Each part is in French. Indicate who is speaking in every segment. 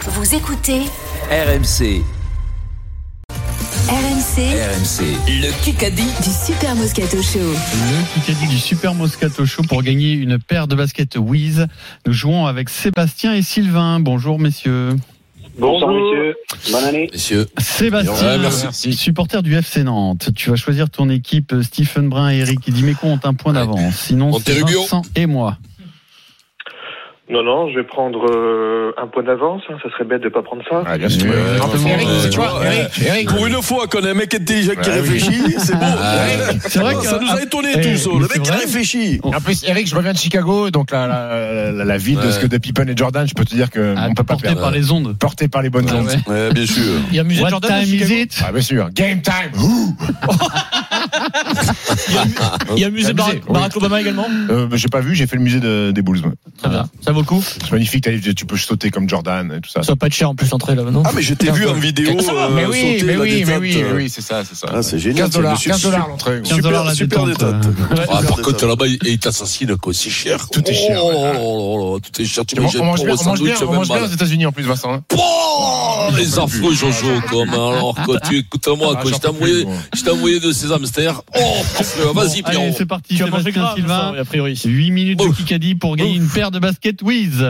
Speaker 1: Vous écoutez
Speaker 2: RMC,
Speaker 1: RMC
Speaker 2: RMC, le Kikadi.
Speaker 1: du Super Moscato Show.
Speaker 3: Le Kikadi du Super Moscato Show pour gagner une paire de baskets Wiz. Nous jouons avec Sébastien et Sylvain. Bonjour messieurs.
Speaker 4: Bonjour,
Speaker 5: Bonjour.
Speaker 4: monsieur. Bonne année.
Speaker 6: Messieurs,
Speaker 3: Sébastien,
Speaker 6: Ouais, merci.
Speaker 3: supporter du FC Nantes. Tu vas choisir ton équipe euh, Stephen Brun et Eric Dimeco ont un point d'avance. Sinon c'est
Speaker 6: Monterrubio.
Speaker 3: Vincent et moi.
Speaker 5: Non, non, je vais prendre euh, un point d'avance. hein, Ça serait bête de pas prendre ça.
Speaker 7: Ah,
Speaker 6: bien sûr.
Speaker 3: Ouais,
Speaker 6: Ouais,
Speaker 7: Euh,
Speaker 3: exactement.
Speaker 6: ouais,
Speaker 7: Eric,
Speaker 6: ouais,
Speaker 7: tu vois,
Speaker 6: euh, ouais.
Speaker 7: Eric, Eric,
Speaker 6: Pour une fois qu'on a un mec intelligent qui
Speaker 7: Ouais, oui.
Speaker 6: réfléchit, c'est bon.
Speaker 3: Ah,
Speaker 6: Ouais.
Speaker 3: C'est vrai que
Speaker 6: ça nous a
Speaker 3: eh,
Speaker 6: étonnés tous.
Speaker 3: mais
Speaker 6: Le
Speaker 3: c'est
Speaker 6: mec qui
Speaker 3: vrai.
Speaker 6: réfléchit.
Speaker 7: En plus, Eric, je reviens de Chicago, donc la, la, la- la ville de,
Speaker 6: Ouais.
Speaker 7: ce que de Pippen et Jordan, je peux te dire qu'on
Speaker 3: ah,
Speaker 7: ne peut pas
Speaker 3: porté
Speaker 7: perdre.
Speaker 3: par les ondes.
Speaker 7: Porté par les bonnes
Speaker 3: Ah
Speaker 7: ondes.
Speaker 3: ouais.
Speaker 6: Ouais, bien sûr.
Speaker 7: Il y a
Speaker 3: What time is it
Speaker 7: Ah, bien sûr. Game time. Ouh.
Speaker 8: Il y a un musée
Speaker 6: Ah,
Speaker 7: Un
Speaker 8: de Barack,
Speaker 7: musée, oui.
Speaker 8: Barack Obama également.
Speaker 7: Euh, mais j'ai pas vu, j'ai fait le musée de- des Bulls. moi.
Speaker 8: Très bien. Ça vaut le coup.
Speaker 7: C'est magnifique, t'as les- tu peux sauter comme Jordan et tout ça.
Speaker 8: Ça va pas être cher en plus l'entrée là, non
Speaker 6: Ah, mais je t'ai vu en vidéo. euh,
Speaker 7: mais oui,
Speaker 6: sauter
Speaker 7: mais
Speaker 6: la
Speaker 7: oui, mais
Speaker 6: détente,
Speaker 7: oui, mais
Speaker 6: euh,
Speaker 7: oui, c'est ça, c'est ça.
Speaker 6: Ah, c'est génial.
Speaker 7: 15 dollars,
Speaker 6: monsieur.
Speaker 7: 15 dollars l'entrée. gros.
Speaker 3: 15 dollars la
Speaker 6: super
Speaker 3: détente.
Speaker 6: détente.
Speaker 3: euh. Ouais.
Speaker 6: Ah, par contre, là-bas, il- il t'assassine, quoi. C'est cher.
Speaker 7: Tout est cher,
Speaker 6: Oh,
Speaker 7: ouais.
Speaker 6: là là là là, tout est cher. Tu
Speaker 7: On
Speaker 6: imagines
Speaker 7: on mange bien,
Speaker 6: trois
Speaker 7: on mange bien,
Speaker 6: sandwichs,
Speaker 7: on
Speaker 6: même
Speaker 7: mange bien
Speaker 6: pas.
Speaker 7: aux États-Unis en plus, Vincent. hein.
Speaker 6: Oh, les affreux Jojo, comme alors quand tu écoutes-moi,
Speaker 7: Ah,
Speaker 6: quand je
Speaker 7: j'en
Speaker 6: t'ai
Speaker 7: peux
Speaker 6: envoyé,
Speaker 7: plus, moi.
Speaker 6: je t'ai envoyé de ces hamsters. Oh, parce que- vas-y,
Speaker 3: Allez,
Speaker 6: Pierrot.
Speaker 3: c'est parti,
Speaker 8: Tu as mangé
Speaker 3: Sébastien
Speaker 8: grave, hein.
Speaker 3: Sylvain.
Speaker 8: Vincent, a priori.
Speaker 3: 8 minutes de
Speaker 6: Ouf.
Speaker 3: Kikadi pour gagner une paire de baskets Wiz.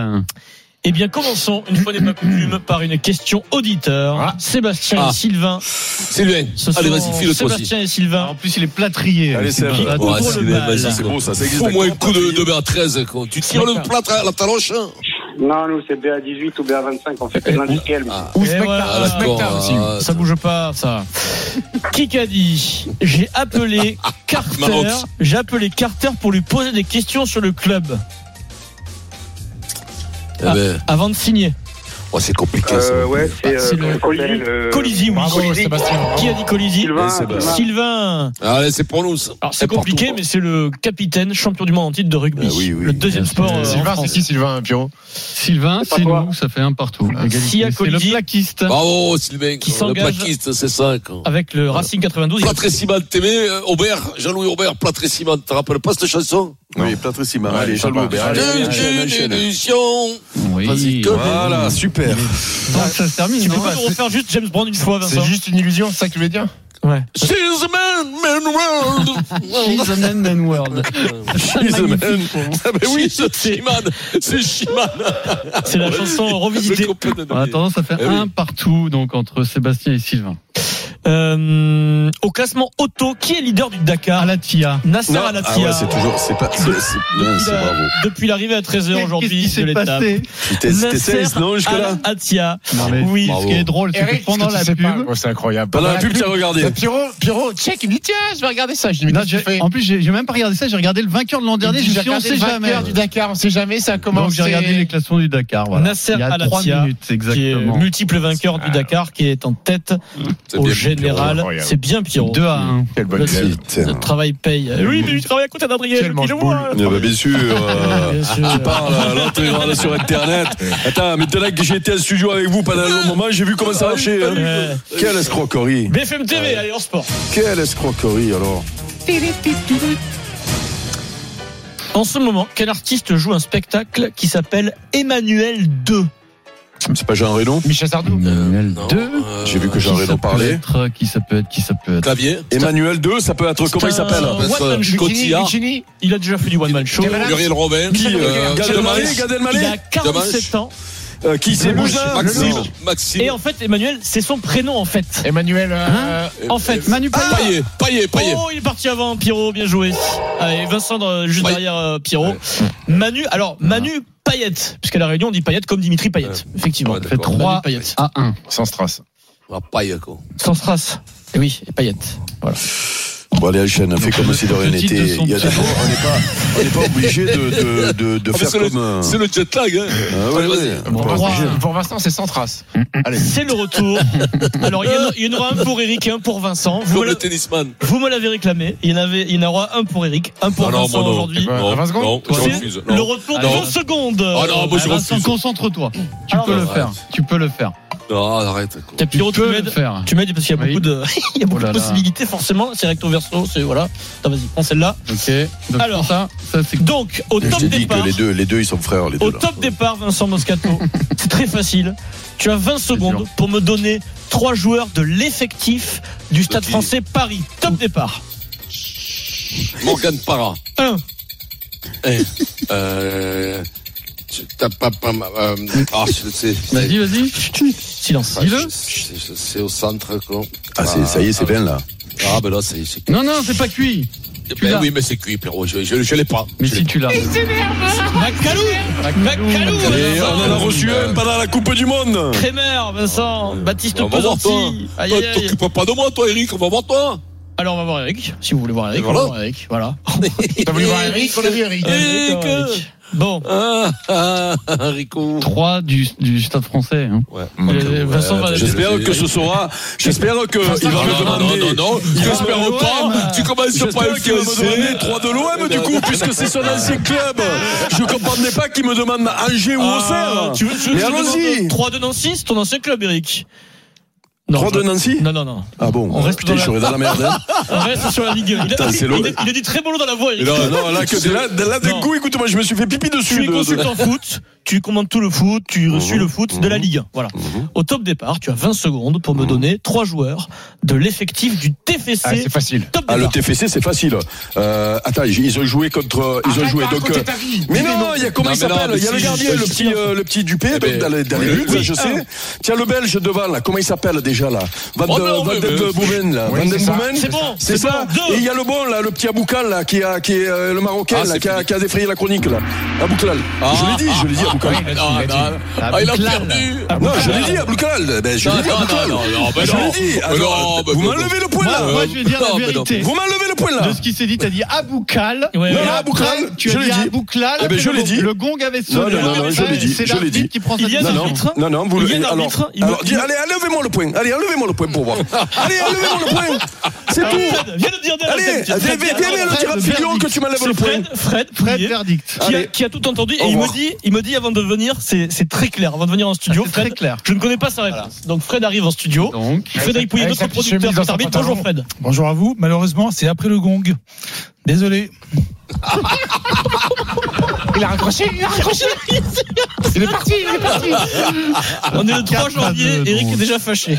Speaker 8: Eh bien, commençons, une fois n'est pas coutume, par une question auditeur.
Speaker 7: Ah.
Speaker 8: Sébastien
Speaker 6: Ah.
Speaker 8: et Sylvain.
Speaker 6: Sylvain,
Speaker 8: Ce
Speaker 6: hein. allez,
Speaker 8: sont
Speaker 6: vas-y, file toi aussi.
Speaker 8: Sébastien et Sylvain.
Speaker 3: En plus, il est plâtrier.
Speaker 9: Allez,
Speaker 3: C'est
Speaker 9: Seb.
Speaker 8: bah,
Speaker 3: qui va
Speaker 6: Ouais,
Speaker 3: contrôler
Speaker 6: c'est
Speaker 3: le
Speaker 6: des-
Speaker 3: bal.
Speaker 6: vas-y,
Speaker 9: C'est beau ça, ça existe.
Speaker 6: Fous-moi un
Speaker 9: d'accord,
Speaker 6: coup de,
Speaker 9: Patrick.
Speaker 6: de B13, quoi. Tu tires le plâtre, la taloche, hein
Speaker 4: Non, nous, c'est B18 ou B25, on fait plein de calme.
Speaker 7: Ou
Speaker 8: Eh
Speaker 7: Spectre,
Speaker 8: voilà.
Speaker 7: ou Spectre
Speaker 6: D'accord,
Speaker 7: aussi.
Speaker 6: euh,
Speaker 8: Ça bouge pas, ça. Qui qu'a dit J'ai appelé Carter.
Speaker 6: Ah, Maroc.
Speaker 8: J'ai appelé Carter pour lui poser des questions sur le club
Speaker 6: Eh ben,
Speaker 8: avant de signer.
Speaker 6: oh, c'est compliqué, ça.
Speaker 5: Euh, ouais, c'est
Speaker 8: C'est le-
Speaker 5: euh, comment ça s'appelle, euh,
Speaker 8: Colisi, oui.
Speaker 7: Bravo, Sébastien.
Speaker 8: Qui a dit Colisi
Speaker 5: Sylvain.
Speaker 9: Eh, c'est
Speaker 5: Sylvain.
Speaker 8: Sylvain.
Speaker 6: Allez, c'est pour nous, ça.
Speaker 8: Alors c'est
Speaker 6: N'importe
Speaker 8: compliqué,
Speaker 6: où.
Speaker 8: mais c'est le capitaine champion du monde en titre de rugby,
Speaker 6: Ah oui, oui,
Speaker 8: le deuxième
Speaker 3: bien sûr.
Speaker 8: sport euh, en
Speaker 7: Sylvain, c'est
Speaker 8: France.
Speaker 7: qui Sylvain, Pierrot
Speaker 3: Sylvain,
Speaker 4: C'est pas
Speaker 3: c'est
Speaker 4: toi.
Speaker 3: nous, ça fait un partout.
Speaker 7: Ah.
Speaker 3: Égalité.
Speaker 8: Sia
Speaker 3: C'est le
Speaker 8: Colisi.
Speaker 3: plaquiste.
Speaker 6: Bravo, Sylvain.
Speaker 8: Qui
Speaker 6: le
Speaker 8: s'engage.
Speaker 6: plaquiste, c'est ça, quoi.
Speaker 8: Avec le Racing 92, il a
Speaker 6: Plâtre et ciment, t'aimais, euh, Aubert, Jean-Louis Aubert, plâtre et ciment. T'en rappelles pas cette chanson?
Speaker 9: Oui, plâtre et ciment.
Speaker 7: Ouais,
Speaker 9: Allez,
Speaker 7: ça
Speaker 9: jaloux.
Speaker 7: va.
Speaker 9: ben, allez,
Speaker 6: J'ai
Speaker 7: allez,
Speaker 9: enchaîne,
Speaker 6: une
Speaker 9: enchaîne.
Speaker 6: illusion.
Speaker 3: Oui.
Speaker 6: Vas-y, comme-
Speaker 9: Voilà, super.
Speaker 3: Tant que ça se termine,
Speaker 8: Tu peux
Speaker 3: non
Speaker 8: pas nous refaire juste James Brown une fois,
Speaker 7: C'est
Speaker 8: Vincent
Speaker 7: juste une illusion, c'est ça que tu veux dire
Speaker 8: Ouais.
Speaker 6: She's a man, man world.
Speaker 3: She's a man, man world.
Speaker 6: She's a man. Ah, mais oui, c'est
Speaker 8: C'est-
Speaker 6: She-Man. C'est She-Man.
Speaker 8: C'est la chanson
Speaker 6: Le
Speaker 8: revisitée.
Speaker 6: copain de
Speaker 3: On a
Speaker 6: Noël.
Speaker 3: tendance à faire
Speaker 6: Eh oui.
Speaker 3: un partout, donc, entre Sébastien et Sylvain.
Speaker 8: Euh, au classement auto, qui est leader du Dakar
Speaker 3: Alatia.
Speaker 8: Nasser
Speaker 9: Non, ah ouais,
Speaker 8: Alatia.
Speaker 9: c'est toujours. C'est pas. C'est c'est- mince,
Speaker 8: Il a-
Speaker 9: bravo.
Speaker 8: Depuis l'arrivée à 13h aujourd'hui
Speaker 3: Qu'est-ce qui
Speaker 8: de
Speaker 3: s'est
Speaker 8: l'étape.
Speaker 3: passé
Speaker 9: T'es t'es 16, non, jusque-là
Speaker 8: Alatia.
Speaker 3: Non, mais
Speaker 8: Oui.
Speaker 3: ce qui est drôle, c'est que
Speaker 7: Oh,
Speaker 3: pendant la pub.
Speaker 7: C'est incroyable.
Speaker 6: Pendant la pub, t'as regardé.
Speaker 7: Pierrot, Pierrot, check, il me dit tiens, je vais regarder ça. Je dis mais
Speaker 3: Non,
Speaker 7: qu'est-ce que
Speaker 3: j'ai-
Speaker 7: tu fais
Speaker 3: en plus, j'ai j'ai même pas regardé ça, j'ai regardé le vainqueur de l'an dernier,
Speaker 7: Il me dit,
Speaker 3: je me
Speaker 7: j'ai
Speaker 3: suis dit, on
Speaker 7: regardé
Speaker 3: sait
Speaker 7: le vainqueur
Speaker 3: jamais.
Speaker 7: du Dakar, on sait jamais, ça commence.
Speaker 3: Donc j'ai regardé les classements du Dakar. Voilà.
Speaker 8: Nasser
Speaker 3: Il y a trois
Speaker 8: Al-Attiyah,
Speaker 3: minutes
Speaker 8: Qui est
Speaker 3: exactement.
Speaker 8: multiple vainqueur du Dakar, qui est en tête
Speaker 6: C'est
Speaker 8: au
Speaker 6: bien,
Speaker 8: général.
Speaker 7: incroyable.
Speaker 8: C'est bien Pierrot.
Speaker 3: 2 à 1.
Speaker 7: Quelle bonne
Speaker 8: Merci.
Speaker 7: idée.
Speaker 8: Le
Speaker 9: Putain.
Speaker 8: travail paye. Oui, mais il travaille à côté d'Adrien,
Speaker 7: Quel
Speaker 8: je le vois.
Speaker 7: mange-boule.
Speaker 9: Eh ben, bien sûr. euh,
Speaker 8: Bien sûr.
Speaker 9: Tu parles, euh, là, tu regardes sur Internet. Attends, maintenant que j'étais en studio avec vous pendant un long moment, j'ai vu comment ça marchait. hein.
Speaker 8: Euh,
Speaker 9: Quelle escroquerie.
Speaker 8: BFM TV, allez, en sport.
Speaker 9: Quelle escroquerie, alors.
Speaker 8: En ce moment, quel artiste joue un spectacle qui s'appelle Emmanuel 2
Speaker 9: C'est pas Jean Reno
Speaker 7: Michel Sardou.
Speaker 3: Emmanuel
Speaker 6: Non,
Speaker 3: 2.
Speaker 6: euh,
Speaker 9: J'ai vu que Jean
Speaker 3: Qui ça
Speaker 9: Reno
Speaker 3: peut
Speaker 9: parlait.
Speaker 3: être Qui ça peut être Qui ça peut être
Speaker 6: Clavier.
Speaker 9: Emmanuel 2, ça peut être. Comment il s'appelle
Speaker 8: One Man Show.
Speaker 6: Cotillard.
Speaker 8: Lucchini, Il a déjà fait du One Man Show.
Speaker 7: Demalé.
Speaker 6: Muriel Robin.
Speaker 9: Qui
Speaker 6: euh,
Speaker 9: euh, Gad
Speaker 6: Gad Elmaleh,
Speaker 9: Elmaleh Gad
Speaker 8: Il
Speaker 9: Elmaleh
Speaker 8: a 47 ans.
Speaker 9: Euh, Qui c'est
Speaker 7: Lelouch.
Speaker 9: Boujna
Speaker 6: Maxime. Maxime.
Speaker 8: Et en fait, Emmanuel, c'est son prénom en fait.
Speaker 7: Emmanuel. euh,
Speaker 8: En fait,
Speaker 3: Manu
Speaker 8: Ah,
Speaker 6: Payet, Payet, Payet.
Speaker 8: Oh, il est parti avant, Pierrot, bien joué. Allez, Vincent, euh, juste
Speaker 6: Ouais. Ah.
Speaker 8: derrière euh, Pierrot. Manu, alors, Manu Payette, puisqu'à La Réunion, on dit Payette comme Dimitri Payette, effectivement.
Speaker 6: Ouais,
Speaker 3: Fait
Speaker 6: d'accord.
Speaker 3: 3
Speaker 8: Payet.
Speaker 3: à 1.
Speaker 7: Sans strass.
Speaker 6: Ah, Payet, quoi.
Speaker 8: Sans strass. Eh oui, et Payette.
Speaker 9: Bon, allez, Alchen, fait comme si de rien
Speaker 3: le titre
Speaker 9: n'était.
Speaker 3: de son
Speaker 9: Il y a
Speaker 3: petit
Speaker 9: d'abord- On n'est pas, on n'est pas obligé de, de, de, de
Speaker 6: Ah, mais
Speaker 9: faire
Speaker 6: c'est le-
Speaker 9: comme un.
Speaker 6: C'est le jet lag, hein.
Speaker 9: Ah, ouais,
Speaker 6: Allez, vas-y.
Speaker 9: ouais.
Speaker 7: Pour
Speaker 3: Trois.
Speaker 7: Vincent, pour Vincent, c'est sans trace. Allez.
Speaker 8: C'est le retour. Alors, il y, en a- il y en aura un pour Eric et un pour Vincent. Vous
Speaker 6: Comme
Speaker 8: me
Speaker 6: le
Speaker 8: la-
Speaker 6: tennisman.
Speaker 8: vous me l'avez réclamé. Il y, en avait, il y en aura un pour Eric, un pour
Speaker 6: Ah non,
Speaker 8: Vincent
Speaker 6: moi non.
Speaker 8: aujourd'hui.
Speaker 7: Eh ben,
Speaker 6: Non,
Speaker 7: 20 secondes
Speaker 6: non, je
Speaker 8: C'est
Speaker 6: refuse.
Speaker 8: le
Speaker 6: Non.
Speaker 8: retour de
Speaker 6: Non.
Speaker 8: 20 secondes.
Speaker 6: Ah non, moi je refuse.
Speaker 3: Vincent, concentre-toi. Tu
Speaker 8: Alors,
Speaker 3: peux le
Speaker 6: ouais.
Speaker 3: faire. Tu peux le faire.
Speaker 6: Non, arrête. quoi.
Speaker 8: T'as
Speaker 3: Tu
Speaker 8: Pierrot, tu
Speaker 3: peux le
Speaker 8: m'aides.
Speaker 3: faire.
Speaker 8: Tu m'as dit parce qu'il y a
Speaker 3: Oui.
Speaker 8: beaucoup de, il y a beaucoup
Speaker 3: Oh là
Speaker 8: de
Speaker 3: là.
Speaker 8: possibilités forcément. C'est recto verso, c'est voilà. Attends, vas-y, prends celle-là.
Speaker 3: Ok. Donc
Speaker 8: Alors.
Speaker 3: ça, ça c'est
Speaker 8: Donc au
Speaker 9: Je
Speaker 8: top
Speaker 9: t'ai dit que
Speaker 8: départ,
Speaker 9: les deux, les deux, ils sont frères, les deux.
Speaker 8: au
Speaker 9: là.
Speaker 8: top départ, Vincent Moscato, c'est très facile. Tu as 20 secondes
Speaker 3: dur.
Speaker 8: pour me donner trois joueurs de l'effectif du Stade
Speaker 6: Petit.
Speaker 8: français Paris. Top départ.
Speaker 6: Morgane Parra.
Speaker 8: 1.
Speaker 6: Eh, euh, tu- t'as pas, pas, ma- euh, ah, je sais.
Speaker 3: Vas-y, vas-y.
Speaker 8: Silence.
Speaker 6: Ah,
Speaker 3: dis-le.
Speaker 6: je- je- je- C'est au centre, quoi.
Speaker 10: Ah, c'est- ça y est, c'est
Speaker 6: ah,
Speaker 10: bien là.
Speaker 6: Ah, ben là, c'est, c'est-
Speaker 3: Non, non, c'est pas cuit. Tu
Speaker 6: Ben
Speaker 3: l'as.
Speaker 6: oui, mais c'est cuit, Pierrot. Je, je, je l'ai pas.
Speaker 3: Mais
Speaker 6: Je l'ai
Speaker 3: si tu l'as.
Speaker 8: Macalou Macalou
Speaker 9: Et on en a reçu un pendant la Coupe du Monde.
Speaker 8: Crémer, Vincent, Baptiste
Speaker 6: On va voir toi.
Speaker 8: Pesanti.
Speaker 6: pas.
Speaker 8: Aïe,
Speaker 6: Toi,
Speaker 8: aïe, aïe.
Speaker 6: T'occupes pas de moi, toi, Eric. On va voir toi.
Speaker 8: Alors on va voir Eric, si vous voulez voir Eric.
Speaker 6: Et voilà.
Speaker 8: on va voir Eric, voilà.
Speaker 7: T'as voulu voir Eric On a vu Eric.
Speaker 6: Eric.
Speaker 8: D'accord, Eric. Bon,
Speaker 6: Ah, ah, Rico.
Speaker 3: 3 du, du stade français. hein.
Speaker 6: Ouais.
Speaker 3: Euh, Vincent va
Speaker 9: J'espère que ce sera. J'espère que il va
Speaker 6: Non,
Speaker 9: me
Speaker 6: non,
Speaker 9: demander.
Speaker 6: non, non, non,
Speaker 9: Il va
Speaker 6: j'espère
Speaker 9: me-
Speaker 6: pas. Tu commences pas
Speaker 9: J'espère
Speaker 6: le
Speaker 9: qu'il va me demander 3 de l'OM du coup, puisque c'est son ancien club. Je comprenais pas qu'il me demande Angers ou
Speaker 8: Ah,
Speaker 9: Auxerre.
Speaker 8: tu veux tu veux
Speaker 9: Mais
Speaker 8: que je te
Speaker 9: allons-y.
Speaker 8: demande 3 de Nancy, c'est ton ancien club, Eric. Non,
Speaker 9: 3 de
Speaker 8: je-
Speaker 9: Nancy
Speaker 8: Non, non, non.
Speaker 10: Ah bon
Speaker 8: On reste
Speaker 10: Putain,
Speaker 8: dans
Speaker 10: je
Speaker 8: la-
Speaker 10: serais dans la merde. hein.
Speaker 8: On reste sur la Ligue 1. Il a,
Speaker 9: Putain, c'est
Speaker 8: il,
Speaker 9: lourd.
Speaker 8: a- il a dit très bon lot dans la voix, Eric.
Speaker 9: Non, non, là, que, là, là, du
Speaker 8: Non.
Speaker 9: coup, écoute-moi, je me suis fait pipi
Speaker 8: Tu
Speaker 9: dessus. de-
Speaker 8: es
Speaker 9: de-
Speaker 8: consultant foot, tu commandes tout le foot, tu suis le foot de la Ligue 1. Voilà.
Speaker 10: Mhm.
Speaker 8: Au top départ, tu as 20 secondes pour me donner trois joueurs de l'effectif du TFC.
Speaker 7: Ah, c'est facile.
Speaker 8: top
Speaker 10: Ah, le
Speaker 8: départ.
Speaker 10: TFC, c'est facile. Euh, attends, ils ont joué contre. Ils ont joué. Donc, euh, Mais non, il y a comment
Speaker 6: Non,
Speaker 10: il
Speaker 6: mais non,
Speaker 10: s'appelle
Speaker 6: mais
Speaker 10: Il y a
Speaker 6: si,
Speaker 10: le
Speaker 6: je-
Speaker 10: gardien,
Speaker 6: je-
Speaker 10: le petit, euh, le petit Dupé, donc,
Speaker 6: ben,
Speaker 10: dans les, dans les
Speaker 6: oui,
Speaker 10: buts,
Speaker 6: oui,
Speaker 10: je sais. Tiens, le Belge devant, là, comment il s'appelle déjà, là Van de,
Speaker 6: Oh non,
Speaker 10: Van
Speaker 6: mais-
Speaker 10: de
Speaker 6: mais-
Speaker 10: Boomen, là.
Speaker 7: Oui,
Speaker 10: Van de
Speaker 7: c'est ça.
Speaker 10: Boomen.
Speaker 8: C'est bon,
Speaker 10: C'est
Speaker 8: c'est
Speaker 10: ça.
Speaker 8: bon, deux.
Speaker 10: Et il y a le bon, là, le petit Aboukal, là, qui, a, qui est euh, le Marocain,
Speaker 6: Ah,
Speaker 10: là,
Speaker 6: c'est
Speaker 10: qui a,
Speaker 6: fini.
Speaker 10: qui a défrayé la chronique, là. Aboukal. je l'ai dit, je l'ai dit, Aboukal.
Speaker 6: Ah, non, ah, il a perdu.
Speaker 10: non, je l'ai dit, Aboukal. Ben, je
Speaker 6: Ah, Non,
Speaker 10: l'ai dit,
Speaker 6: non,
Speaker 10: Aboukal.
Speaker 6: non, non, non, ben
Speaker 10: Je
Speaker 6: non.
Speaker 10: l'ai dit.
Speaker 6: Ben non,
Speaker 10: Attends,
Speaker 6: ben
Speaker 10: Vous
Speaker 6: non.
Speaker 10: m'enlevez le point, là.
Speaker 3: Moi, moi, je vais dire
Speaker 6: non,
Speaker 3: la
Speaker 6: mais non.
Speaker 3: vérité.
Speaker 10: Vous m'enlevez le point, là.
Speaker 3: De ce qui s'est dit, t'as dit Aboukal.
Speaker 8: Ouais.
Speaker 3: Et
Speaker 8: Non, non,
Speaker 3: après,
Speaker 10: Aboukal,
Speaker 3: Tu
Speaker 10: je
Speaker 3: as
Speaker 10: l'ai
Speaker 3: dit
Speaker 10: dit.
Speaker 3: Aboukal.
Speaker 10: Eh ben, je
Speaker 3: après,
Speaker 10: l'ai
Speaker 3: le-
Speaker 10: dit.
Speaker 3: Le gong avait
Speaker 10: Non,
Speaker 3: sonné.
Speaker 10: non, non,
Speaker 3: Après,
Speaker 10: je l'ai dit,
Speaker 3: C'est
Speaker 10: je l'ai dit.
Speaker 3: l'arbitre qui prend sa
Speaker 8: Il y a
Speaker 10: Non,
Speaker 8: des
Speaker 10: non,
Speaker 8: arbitres
Speaker 10: non, non, vous
Speaker 8: Il y a
Speaker 10: le-
Speaker 8: des
Speaker 10: alors,
Speaker 8: arbitres, il
Speaker 10: alors,
Speaker 8: me-
Speaker 10: dis- allez, enlevez-moi le point. Allez, enlevez-moi le point pour voir. allez, enlevez-moi le point. C'est
Speaker 8: Ah
Speaker 10: tout.
Speaker 8: Fred, viens de dire
Speaker 10: Allez, viens, viens, viens, viens le dire à Fillon que tu m'enlèves le
Speaker 8: C'est
Speaker 10: point.
Speaker 8: Fred, Fred,
Speaker 3: Fred
Speaker 8: qui est-
Speaker 3: verdict.
Speaker 8: qui, a,
Speaker 10: Allez.
Speaker 8: qui a tout entendu
Speaker 10: Au
Speaker 8: et il me
Speaker 10: revoir.
Speaker 8: dit, il me dit avant de venir, c'est c'est très clair, avant de venir en studio,
Speaker 3: Ah, C'est
Speaker 8: Fred,
Speaker 3: très clair.
Speaker 8: je ne connais pas sa réponse. Donc Fred arrive en studio.
Speaker 3: Donc,
Speaker 8: Frédéric Pouillet,
Speaker 7: Avec sa
Speaker 8: notre
Speaker 7: petite
Speaker 8: producteur,
Speaker 7: chemise dans
Speaker 8: cet
Speaker 7: son
Speaker 8: arbitre.
Speaker 7: pantalon.
Speaker 8: Bonjour Fred.
Speaker 11: Bonjour à vous. Malheureusement, c'est après le gong. Désolé.
Speaker 7: Il a raccroché, il a raccroché. Il est parti, il est parti.
Speaker 8: On est le 3
Speaker 3: Quatre à
Speaker 8: janvier,
Speaker 3: deux,
Speaker 8: Eric
Speaker 3: donc.
Speaker 8: est déjà fâché.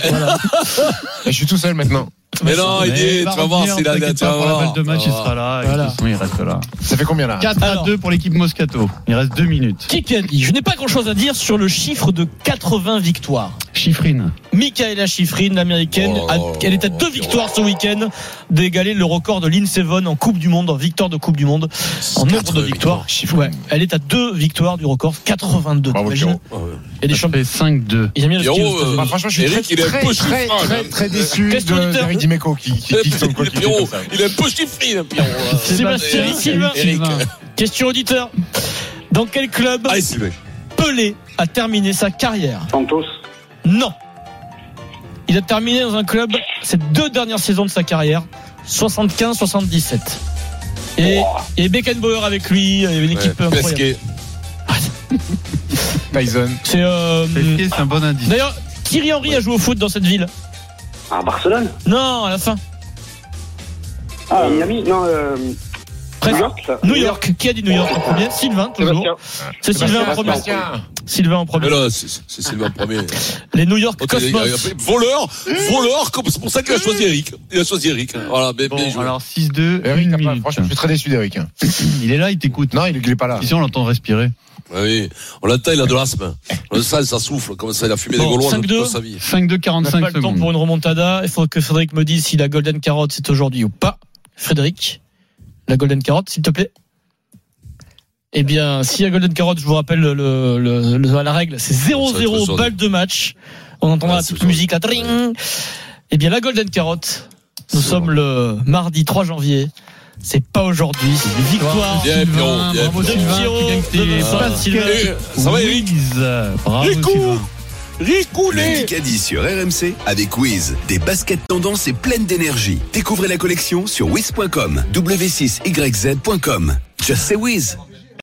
Speaker 7: Et je suis tout seul maintenant.
Speaker 6: Mais non, Ah, il est,
Speaker 3: Mais
Speaker 6: tu
Speaker 3: il va
Speaker 6: vas voir,
Speaker 3: revenir,
Speaker 6: c'est la, hein.
Speaker 3: t'inquiète
Speaker 6: tu
Speaker 3: pas,
Speaker 6: vas
Speaker 3: pour la
Speaker 6: voir.
Speaker 3: balle de match,
Speaker 6: Tu
Speaker 3: il
Speaker 6: vas
Speaker 3: sera là. et
Speaker 7: Voilà.
Speaker 3: de toute façon, il reste là.
Speaker 7: Ça fait combien là
Speaker 3: 4 à
Speaker 8: Alors.
Speaker 3: 2 pour l'équipe Moscato. Il reste 2 minutes.
Speaker 8: Qui qui a dit Je n'ai pas grand chose à dire sur le chiffre de 80 victoires.
Speaker 3: Chiffrine.
Speaker 8: Michaela Schifrin, l'américaine,
Speaker 6: Oh là
Speaker 8: a-
Speaker 6: là
Speaker 8: elle est à
Speaker 6: là
Speaker 8: deux
Speaker 6: là
Speaker 8: victoires ce week-end d'égaler le record de Lynn Seven en Coupe du Monde, en victoire de Coupe du Monde, en nombre
Speaker 6: Quatre
Speaker 8: de victoires. Ouais, elle est à deux victoires du record, 82.
Speaker 7: Bravo,
Speaker 8: t'imagines
Speaker 6: voir. Ah Ouais. euh,
Speaker 8: Il y a des
Speaker 3: Ça
Speaker 8: champions.
Speaker 3: fait 5-2.
Speaker 8: Ils aiment bien le
Speaker 6: Pierrot,
Speaker 8: ski aux États-Unis.
Speaker 7: Bah, franchement, je suis
Speaker 6: Eric,
Speaker 7: très,
Speaker 6: il est un
Speaker 7: très,
Speaker 6: peu
Speaker 7: très,
Speaker 6: chiffrage,
Speaker 7: très,
Speaker 6: hein.
Speaker 7: très déçu
Speaker 8: Qu'est-ce qu'on dit,
Speaker 7: de- d'Eric Dimeco qui, qui pique son
Speaker 6: Il est
Speaker 7: coéquipier
Speaker 6: Pierrot,
Speaker 7: comme ça.
Speaker 6: il est un peu chiffré, le Pierrot. là.
Speaker 8: Sébastien
Speaker 6: Eric,
Speaker 8: Sylvain.
Speaker 6: Eric.
Speaker 8: Question auditeur. Dans quel club
Speaker 6: Ah, c'est vrai.
Speaker 8: Pelé a terminé sa carrière
Speaker 4: Santos,
Speaker 8: Non. Il a terminé dans un club ces deux dernières saisons de sa carrière, 75-77. Et, et Beckenbauer avec lui, il y avait une équipe
Speaker 6: Ouais,
Speaker 8: incroyable.
Speaker 6: Pesquet.
Speaker 7: Tyson.
Speaker 8: C'est euh,
Speaker 3: Pesquet, c'est un bon indice.
Speaker 8: d'ailleurs Thierry Henry a joué au foot dans cette ville.
Speaker 4: à Barcelone.
Speaker 8: Non, à la fin.
Speaker 4: Ah, Miami, non, euh, New
Speaker 8: Presque.
Speaker 4: York. ça.
Speaker 8: New York. Qui a dit New York en premier Sylvain toujours. C'est Sylvain en premier.
Speaker 7: Sébastien.
Speaker 8: Sylvain en
Speaker 6: Mais
Speaker 8: premier.
Speaker 6: là, c'est c'est Sylvain premier.
Speaker 8: Les New York
Speaker 6: Ok, il a- il a
Speaker 8: Cosmos.
Speaker 6: fait Voleur, voleur, comme- c'est pour ça qu'il a choisi Eric. Il a choisi Eric. hein. Voilà, bien, bien
Speaker 3: Bon,
Speaker 6: joué.
Speaker 3: alors 6-2.
Speaker 7: Eric,
Speaker 3: une
Speaker 7: t'as pas-
Speaker 3: minute.
Speaker 7: franchement, je suis très déçu d'Eric. hein.
Speaker 3: Il est là, il t'écoute.
Speaker 7: Non, il il est pas là.
Speaker 3: Ici, on l'entend respirer.
Speaker 6: Ah oui, on l'entend, il a de l'asthme. On le sent, ça souffle, comme ça, il a fumé
Speaker 8: Bon,
Speaker 6: des Gaulois
Speaker 8: 5-2.
Speaker 6: toute sa vie.
Speaker 3: 5-2,
Speaker 8: On n'a
Speaker 3: 45
Speaker 8: pas le temps
Speaker 3: secondes.
Speaker 8: pour une remontada. Il faut que Frédéric me dise si la Golden Carotte c'est aujourd'hui ou pas. Frédéric, la Golden Carotte, s'il te plaît. Eh bien, si la Golden Carotte, je vous rappelle le, le- le- la règle, c'est
Speaker 6: Ça va être
Speaker 8: 0-0
Speaker 6: sourd.
Speaker 8: balle de match. On entendra
Speaker 6: Ouais,
Speaker 8: la
Speaker 6: c'est
Speaker 8: toute
Speaker 6: sourd.
Speaker 8: musique, la tring. Eh bien, la Golden Carotte, nous
Speaker 6: C'est
Speaker 8: sommes le mardi 3 janvier. C'est pas aujourd'hui, c'est une victoire.
Speaker 6: Bien,
Speaker 3: Sylvain,
Speaker 6: Pierrot, bien,
Speaker 3: bravo
Speaker 8: Pierrot.
Speaker 3: Sylvain,
Speaker 8: Pierrot,
Speaker 3: qui gagne
Speaker 8: de
Speaker 3: tes
Speaker 8: Vincent,
Speaker 3: passes.
Speaker 8: Sylvain.
Speaker 6: Eh, Ça va, Eric?
Speaker 3: Quiz. Bravo
Speaker 6: Rico.
Speaker 3: Sylvain.
Speaker 10: Ricoulé.
Speaker 6: Ricoulé!
Speaker 10: Kikadi sur RMC avec Wiz. Des baskets tendance et pleines d'énergie. Découvrez la collection sur Wiz.com. W6YZ.com. Just say Wiz.